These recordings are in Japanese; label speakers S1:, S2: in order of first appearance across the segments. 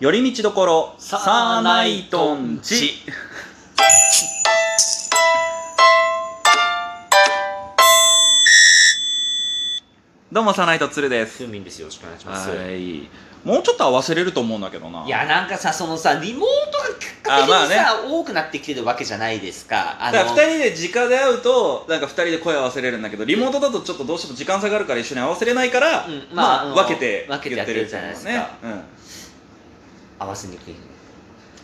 S1: 寄り道どころサーナイトンチどうもサーナイトツルです
S2: ふんみんですよろしくお願いします
S1: はいもうちょっと合わせれると思うんだけどない
S2: やなんかさそのさリモートが結果的
S1: あまあ
S2: に
S1: ね
S2: さ、多くなってきてるわけじゃないですかあ
S1: だから
S2: の
S1: 2人で直で会うとなんか2人で声合わせれるんだけどリモートだとちょっとどうしても時間差があるから一緒に合わせれないから、
S2: うん
S1: まあ
S2: まあ、
S1: 分けて
S2: 分けてやってるじゃないですか
S1: 言ってるっていうのはね
S2: 合わせにくい
S1: うん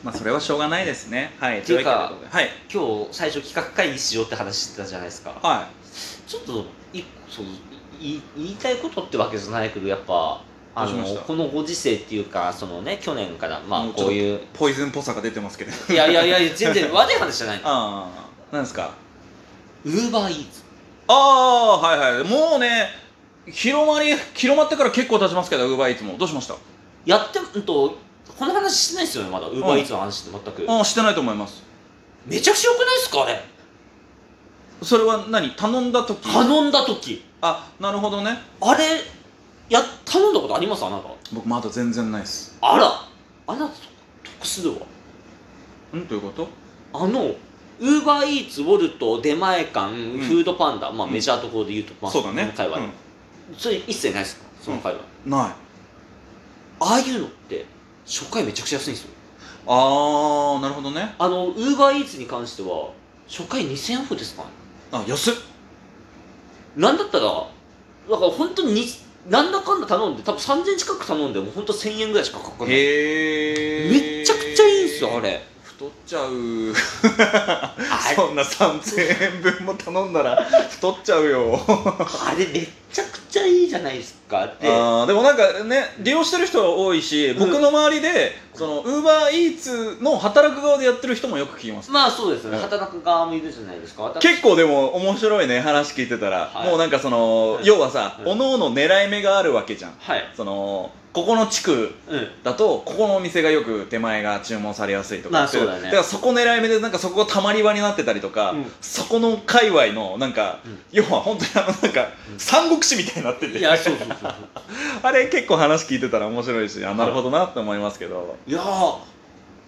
S1: まあそれはしょうがないですねはい
S2: っていうか
S1: とわけではい
S2: 今日最初企画会議しようって話してたじゃないですか
S1: は
S2: ちょっといそうい言いたいことってわけじゃないけどやっぱあ
S1: どうしまし
S2: の
S1: た
S2: このご時世っていうかそのね去年からまあ
S1: もうちょっと
S2: こういう
S1: いポイズンっぽさが出てますけど
S2: いやいやいや全然悪い話じゃない
S1: ああなんですか
S2: ウーバーイーツ
S1: ああはいはいもうね広まり広まってから結構経ちますけどウーバーイーツもどうしました
S2: やってうんとこの話してないですよねまだウーバーイーツの話って全く、
S1: ああしてないと思います
S2: めちゃくちゃ良くないですかあれ
S1: それは何頼んだ時
S2: 頼んだ時
S1: あなるほどね
S2: あれや頼んだことありますあなた
S1: 僕まだ全然ないっす
S2: あらあなた特殊だわ
S1: んということ
S2: あのウーバーイーツウォルト出前館、
S1: ん
S2: フードパンダまあ
S1: うん
S2: メジャーところで言うと、まあ
S1: そうだね
S2: の界隈、それ一切ないですかその界隈、
S1: うんない
S2: ああいうのって初回めちゃくちゃ安いんですよ
S1: ああなるほどね
S2: あのウーバーイーツに関しては初回2000円オフですかね
S1: あ安っ
S2: なんだったらだから本当にになんだかんだ頼んで多分3000円近く頼んでも本当1000円ぐらいしかかかんない
S1: へえ
S2: めちゃくちゃいいんですよあれ
S1: 太っちゃう
S2: あれ
S1: そんな3000円分も頼んだ ら太っちゃうよ
S2: あれめっちゃくちゃいいじゃないですかって
S1: あーでもなんかね利用してる人は多いし
S2: ん
S1: 僕の周りでそのウーバーイーツの働く側でやってる人もよく聞きます
S2: まあそうですよね、
S1: うん
S2: 働く側もいるじゃないですか私
S1: 結構でも面白いね話聞いてたら、
S2: はい
S1: もうなんかその、
S2: はい
S1: 要はさ、
S2: うん
S1: 各々狙い目があるわけじゃん
S2: はい
S1: そのここの地区
S2: うん
S1: だとここのお店がよく手前が注文されやすいとか
S2: まあそうだね
S1: からそこ狙い目でなんかそこがたまり場になってたりとか、
S2: うん
S1: そこの界隈のなんか、
S2: うん
S1: 要は本当にあのなんか、
S2: うん
S1: 三国志みたいになってて
S2: いやそうそうそうそう
S1: あれ結構話聞いてたら面白いしあなるほどなって思いますけど、
S2: いやー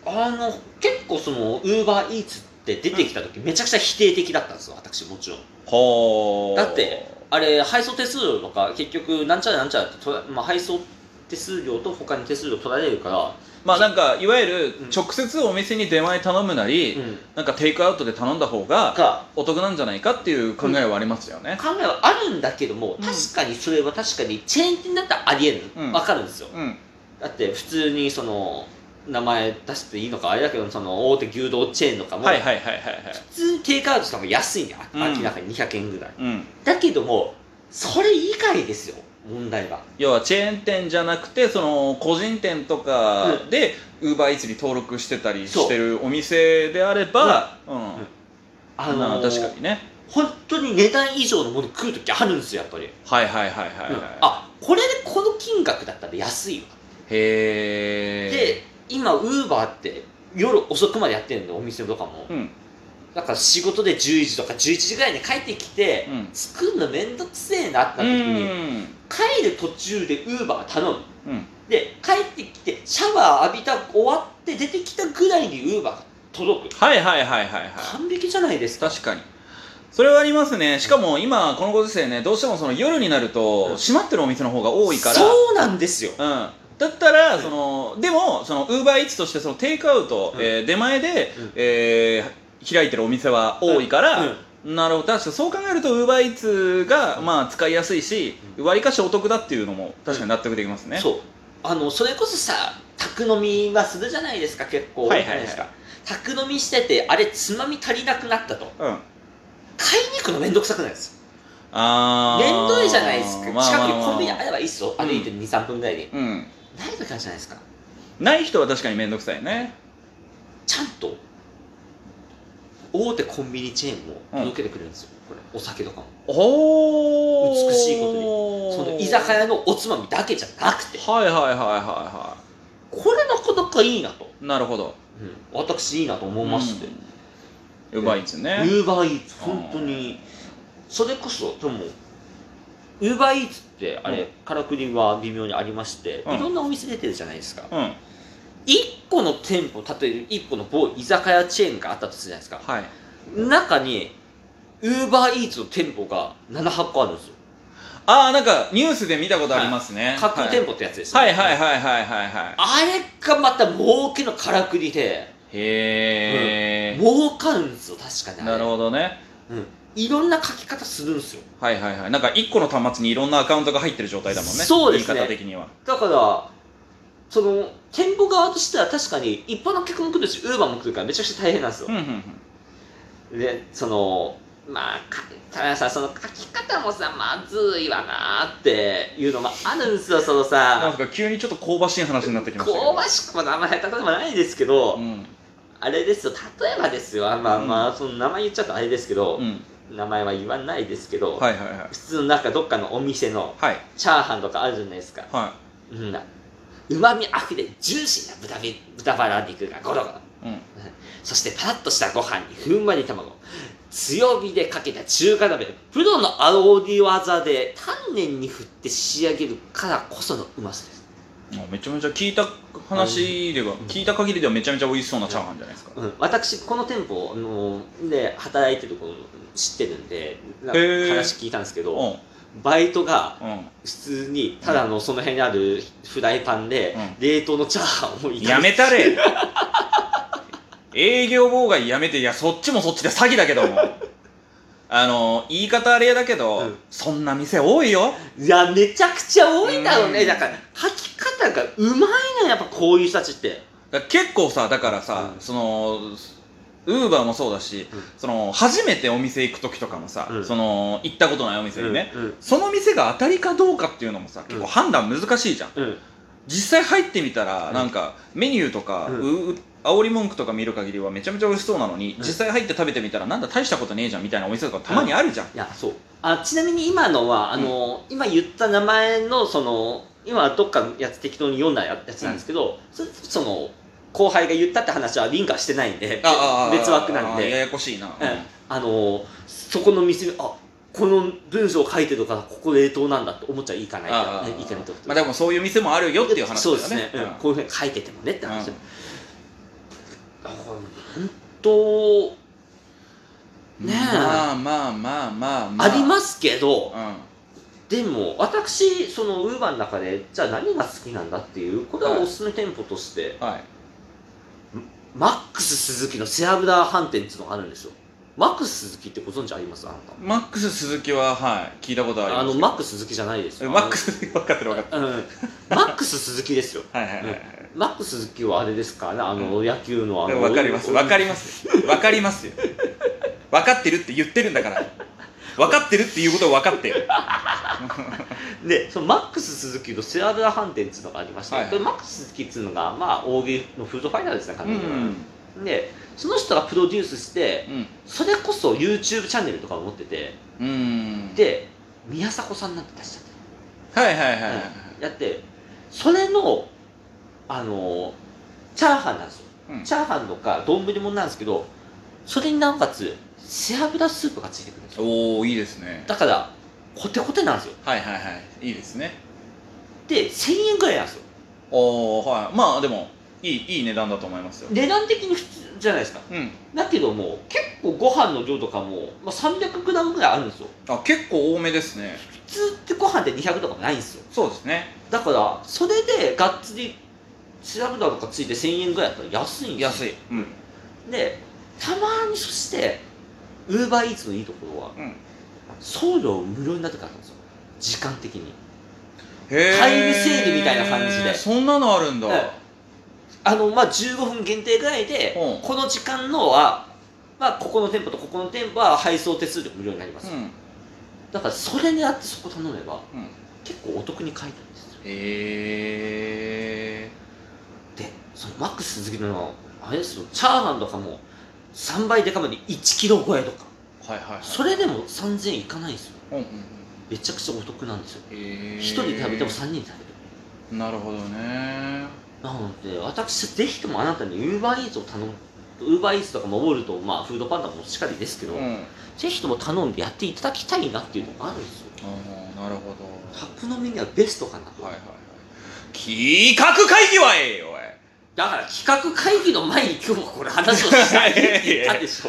S2: あの結構そのウーバーイーツって出てきた時、めちゃくちゃ否定的だったんですよ私もちろん
S1: ほー
S2: だってあれ配送手数料とか結局なんちゃらなんちゃらってとら、まあ、配送手数料と他に手数料取られるから、
S1: まあなんかいわゆる
S2: うん
S1: 直接お店に出前頼むなり、
S2: うん、
S1: なんかテイクアウトで頼んだ方が
S2: が
S1: お得なんじゃないかっていう考えはありますよね、
S2: 考えはあるんだけども
S1: うん
S2: 確かにそれは確かにチェーン店だったらありえる、
S1: うん
S2: わかるんですよ
S1: うん
S2: だって普通にその名前出していいのかあれだけどその大手牛丼チェーンとかも、
S1: はいはいはいはいはい
S2: 普通にテイクアウトした方が安いんだよ
S1: うん
S2: 明らかに200円ぐらい、
S1: うん
S2: だけどもそれ以外ですよ問題は
S1: 要はチェーン店じゃなくてその個人店とかでウーバーイーツに登録してたりしてるお店であれば、うん
S2: あ
S1: ま
S2: の
S1: あ
S2: ー
S1: 確かにね
S2: 本当に値段以上のもの食う時あるんですよやっぱり、
S1: はいはいはいはい、
S2: うん
S1: はい
S2: あこれでこの金額だったら安いわ
S1: へえ
S2: で今ウーバーって夜遅くまでやってるんでお店とかも、
S1: うん
S2: だから仕事で10時とか11時ぐらいに帰ってきて、
S1: うん
S2: 作るのめんどくせえなってなった時に、帰る途中でウーバー頼む
S1: うんうん
S2: で帰ってきてシャワー浴びた終わって出てきたぐらいにウーバーが届く
S1: はいはいはいはいはい
S2: 完璧じゃないですか
S1: 確かにそれはありますねしかも今このご時世ねどうしてもその夜になる
S2: う
S1: と
S2: ん
S1: 閉まってるお店の方が多いから
S2: そうなんですよ
S1: うん、だったらそのでもそのウーバーイーツとしてそのテイクアウト、
S2: うん
S1: えー出前で、
S2: うん
S1: えー開いてるお店は多いから、
S2: うん
S1: なるほど確かにそう考えるとウーバーイーツが、まあ、使いやすいし
S2: う
S1: 割かしお得だっていうのも確かに納得できますね、
S2: そうあのそれこそさ宅飲みはするじゃないですか結構、
S1: はいはいはい
S2: じゃないですか宅飲みしててあれつまみ足りなくなったと
S1: うん
S2: 買いに行くのめんどくさくないです
S1: あー
S2: めんどいじゃないですか、
S1: まあまあまあ
S2: 近くにコンビニあればいいっすよ歩いて23分ぐらいで、
S1: うん
S2: ない時あるじゃないですか
S1: ない人は確かに面倒くさいね
S2: ちゃんと大手コンビニチェーンも届けてくれるんですよ、これお酒とかも
S1: おー
S2: 美しいことにその居酒屋のおつまみだけじゃなくて
S1: はいはいはいはいは
S2: これなかなかいいなと、
S1: いなるほど
S2: うん、私いいなと思いまして、
S1: うんウーバーイーツね
S2: ウーバーイーツ本当にそれこそでもウーバーイーツってあ
S1: う
S2: れ、
S1: ん
S2: からくりは微妙にありまして、
S1: うん
S2: いろんなお店出てるじゃないですか
S1: うん
S2: 1個の店舗例える1個の某居酒屋チェーンがあったとするじゃないですか
S1: はい
S2: 中にウーバーイーツの店舗が78個あるんですよ
S1: ああなんかニュースで見たことありますね、
S2: 架空店
S1: 舗
S2: 舗ってやつですね
S1: はいはいはいはいはいはい
S2: あれがまた儲けのからくりで
S1: へえ、
S2: 儲かるんですよ確かにあ
S1: なる
S2: れ
S1: ほどね
S2: うん、いろんな書き方するんですよ
S1: はいはいはいなんか1個の端末にいろんなアカウントが入ってる状態だもんね
S2: そうですね
S1: 言い方的には
S2: だからその店舗側としては確かに一般の客も来るしウーバーも来るからめちゃくちゃ大変なんですよ
S1: うんうんうん
S2: でそのまあか田辺さんその書き方もさまずいわなーっていうのもあるんですよその
S1: なん
S2: さ
S1: か急にちょっと香ばしい話になってきましたけど
S2: 香ばしくも名前下手でもないですけど、
S1: うん
S2: あれですよ例えばですよあまあまあ、その名前言っちゃうとあれですけど
S1: う、ん
S2: 名前は言わないですけど、
S1: はいはいはい
S2: 普通のなんかどっかのお店の
S1: はい
S2: チャーハンとかあるじゃないですか
S1: は
S2: うま、みあふれジューシーな豚び豚バラ肉がゴロゴロ
S1: いうん
S2: そしてパラッとしたご飯にふんわり卵強火でかけた中華鍋プロのアローディ技で丹念に振って仕上げるからこそのうまさです、
S1: もうめちゃめちゃ聞いた話では、
S2: ん
S1: 聞いた限りではめちゃめちゃ美味しそうなチャーハンじゃないですか、
S2: うん、私この店舗あので働いてる子知ってるんでな
S1: へー
S2: 話聞いたんですけ
S1: うん
S2: どバイトが
S1: うん
S2: 普通にただのその辺にあるフライパンで
S1: う
S2: 冷凍のチャーハンを炒
S1: やめたれ営業妨害やめていやそっちもそっちで詐欺だけどもあの言い方あれだけど、
S2: うん
S1: そんな店多いよ
S2: いや、めちゃくちゃ多いだろうね。
S1: うん
S2: だから、書き方がうまいのよやっぱこういう人たちって。
S1: だから結構さだからさ、
S2: うん
S1: そのウーバーもそうだし、
S2: うん
S1: その初めてお店行く時とかもさ、
S2: うん
S1: その行ったことないお店にね、
S2: うん。
S1: その店が当たりかどうかっていうのもさ結構判断難しいじゃん
S2: うん。うん
S1: 実際入ってみたら、
S2: うん
S1: なんかメニューとか、
S2: う
S1: うんう煽り文句とか見る限りはめちゃめちゃ美味しそうなのに、
S2: うん
S1: 実際入って食べてみたらなんだ大したことねえじゃんみたいなお店とかたまにあるじゃん、
S2: いや、そう。あ、ちなみに今のは、あの、今言った名前の、その、今どっかのやつ適当に読んだやつなんですけど、それその、後輩が言ったって話はリンカーしてないんで、別枠なん
S1: あや
S2: で、
S1: やこしいな、
S2: うんあの、そこの店、あ、この文章を書いてるから、ここ冷凍なんだって思っちゃいかない
S1: ああ
S2: いけないってこと
S1: まあでもそういう店もあるよっていう話だ
S2: そ
S1: よ
S2: う
S1: ね
S2: ですね、うん
S1: うん
S2: こういうふうに書いててもねって話、
S1: うん
S2: だから本当ねえ
S1: まあまあまあまあまあ
S2: ありますけど、
S1: うん
S2: でも私そのウーバーの中でじゃあ何が好きなんだっていうこれはおすすめ店舗として、
S1: はい
S2: マックス鈴木の背脂飯店っていうのがあるんですよマックス鈴木ってご存知ありますあなた
S1: マックス鈴木ははい聞いたことあり
S2: あ
S1: ます
S2: のマックス鈴木じゃないです
S1: え
S2: よ
S1: マックス鈴木分かってる分かって
S2: あのうんマックス鈴木ですよ
S1: るはいはいはいはい
S2: マックス鈴木はあれですからねあの、野球のあ
S1: で
S2: の
S1: も分かります分かります分かりますよ分かってるって言ってるんだから分かってるっていうことを分かってよ
S2: でそのマックス鈴木のセアブラ飯店っていうのがありまして、
S1: はいはい
S2: これマックス鈴木っていうのが、まあ、大食いのフードファイターですね、
S1: う
S2: 彼
S1: ん
S2: 女はでその人がプロデュースして
S1: うん
S2: それこそ YouTube チャンネルとかを持ってて
S1: うん
S2: で宮迫さんなんて出しちゃっ
S1: はいはいはいはいはい
S2: たやってそれのあのチャーハンなんですよ、
S1: うん
S2: チャーハンとか丼物なんですけどそれになおかつ背脂スープがついてくるんですよ
S1: おおいいですね
S2: だからコテコテなんですよ
S1: はいはいはいいいですね
S2: で1000円ぐらいなんですよ
S1: おおはいまあでもいいいい値段だと思いますよ
S2: 値段的に普通じゃないですか
S1: うん
S2: だけども結構ご飯の量とかも、まあ、300g ぐらいあるんですよ
S1: あ結構多めですね
S2: 普通ってご飯って200とかもないんですよ
S1: そうですね
S2: だからそれでがっつり調べたとかついて1000円ぐらいだったら安いんです
S1: 安
S2: よ
S1: いうん
S2: でたまにそしてウーバーイーツのいいところは
S1: うん
S2: 送料無料になってからなんですよ時間的に
S1: へえ
S2: タイムセールみたいな感じで
S1: そんなのあるんだ、
S2: えあのまあ15分限定ぐらいで、
S1: うん
S2: この時間のはまあここの店舗とここの店舗は配送手数料無料になります、
S1: うん
S2: だからそれ狙ってそこ頼めば
S1: うん
S2: 結構お得に買えたんですよ
S1: へえ
S2: でそのマックス鈴木のあれですよチャーハンとかも3倍でかまで1キロ超えとか
S1: はいはいはい
S2: それでも3000円いかないんですよ
S1: うんうんうん
S2: めちゃくちゃお得なんですよ
S1: へえ
S2: 1人で食べても3人で食べて
S1: なるほどね
S2: もなので私ぜひともあなたにウーバーイーツを頼むウーバーイーツとかモボルとまあフードパンダもしかりですけど、
S1: うん
S2: ぜひとも頼んでやっていただきたいなっていうのがあるんですよ
S1: ああなるほど
S2: 宅飲みにはベストかなと、
S1: はいはいはい企画会議はええよおい
S2: だから企画会議の前に今日はこれ話をしたいって言ったでしょ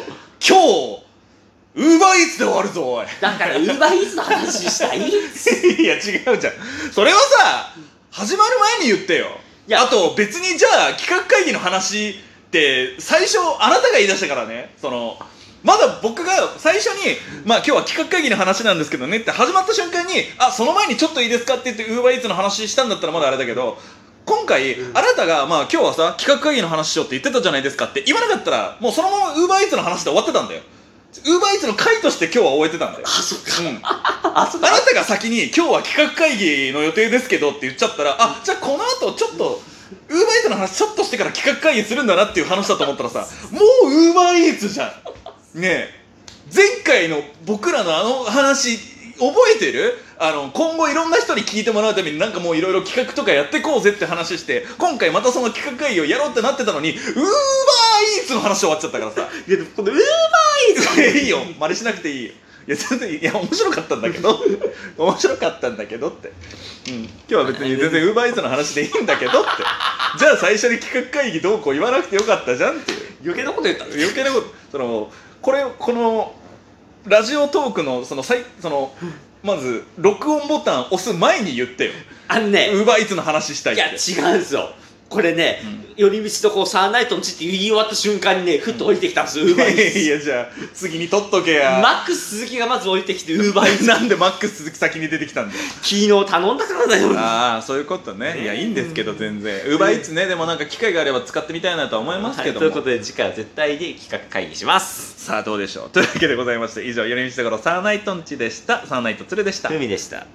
S1: 今日ウーバーイーツで終わるぞおい
S2: だからウーバーイーツの話したいい
S1: いや違うじゃんそれはさ始まる前に言ってよ
S2: や
S1: あと別にじゃあ企画会議の話って最初あなたが言い出したからねそのまだ僕が最初に、まあ今日は企画会議の話なんですけどねって始まった瞬間に、あ、その前にちょっといいですかって言って、ウーバーイーツの話したんだったらまだあれだけど、今回、
S2: うん
S1: あなたが、まあ今日はさ、企画会議の話しようって言ってたじゃないですかって言わなかったら、もうそのままウーバーイーツの話で終わってたんだよ。ウーバーイーツの会として今日は終えてたんだよ
S2: あ。そっか
S1: うん
S2: あそっ
S1: あ
S2: か
S1: なたが先に今日は企画会議の予定ですけどって言っちゃったら、あじゃあこの後ちょっと。ウーバーイーツの話ちょっとしてから企画会議するんだなっていう話だと思ったらさもうウーバーイーツじゃんねえ前回の僕らのあの話覚えてるあの今後いろんな人に聞いてもらうためになんかもういろいろ企画とかやってこうぜって話して今回またその企画会議をやろうってなってたのにウーバーイーツの話終わっちゃったからさ
S2: いやでもこのウーバーイー ツ
S1: いやいいよ真似しなくていいよいや全然いや面白かったんだけど面白かったんだけどって、うん、今日は別に全然ウーバーイーツの話でいいんだけどってじゃあ最初に企画会議どうこう言わなくてよかったじゃんっていう
S2: 余計なこと言った
S1: 余計なことそのこれこのラジオトークのその最そのまず録音ボタン押す前に言ってよ
S2: あのね
S1: ウーバーイーツの話したいっ
S2: い
S1: て
S2: や違うんですよこれね、寄り道とこうサーナイトの地って言い終わった瞬間にねふっと降りてきたんですよ、ウーバーイ ー
S1: い
S2: ツ
S1: やじゃあ次に取っとけや、
S2: マックス鈴木がまず降りてきてウーバーイーツ昨
S1: なんでマックス鈴木先に出てきたんだよ
S2: 日頼んだからだよ
S1: ああそういうことねいやいいんですけど全然ウーバーイーツねでもなんか機会があれば使ってみたいなとは思いますけども、
S2: はい、ということで次回は絶対に企画会議します
S1: さあどうでしょうというわけでございまして以上「寄り道所サーナイトンチ」でしたサーナイトツルでした
S2: 海でした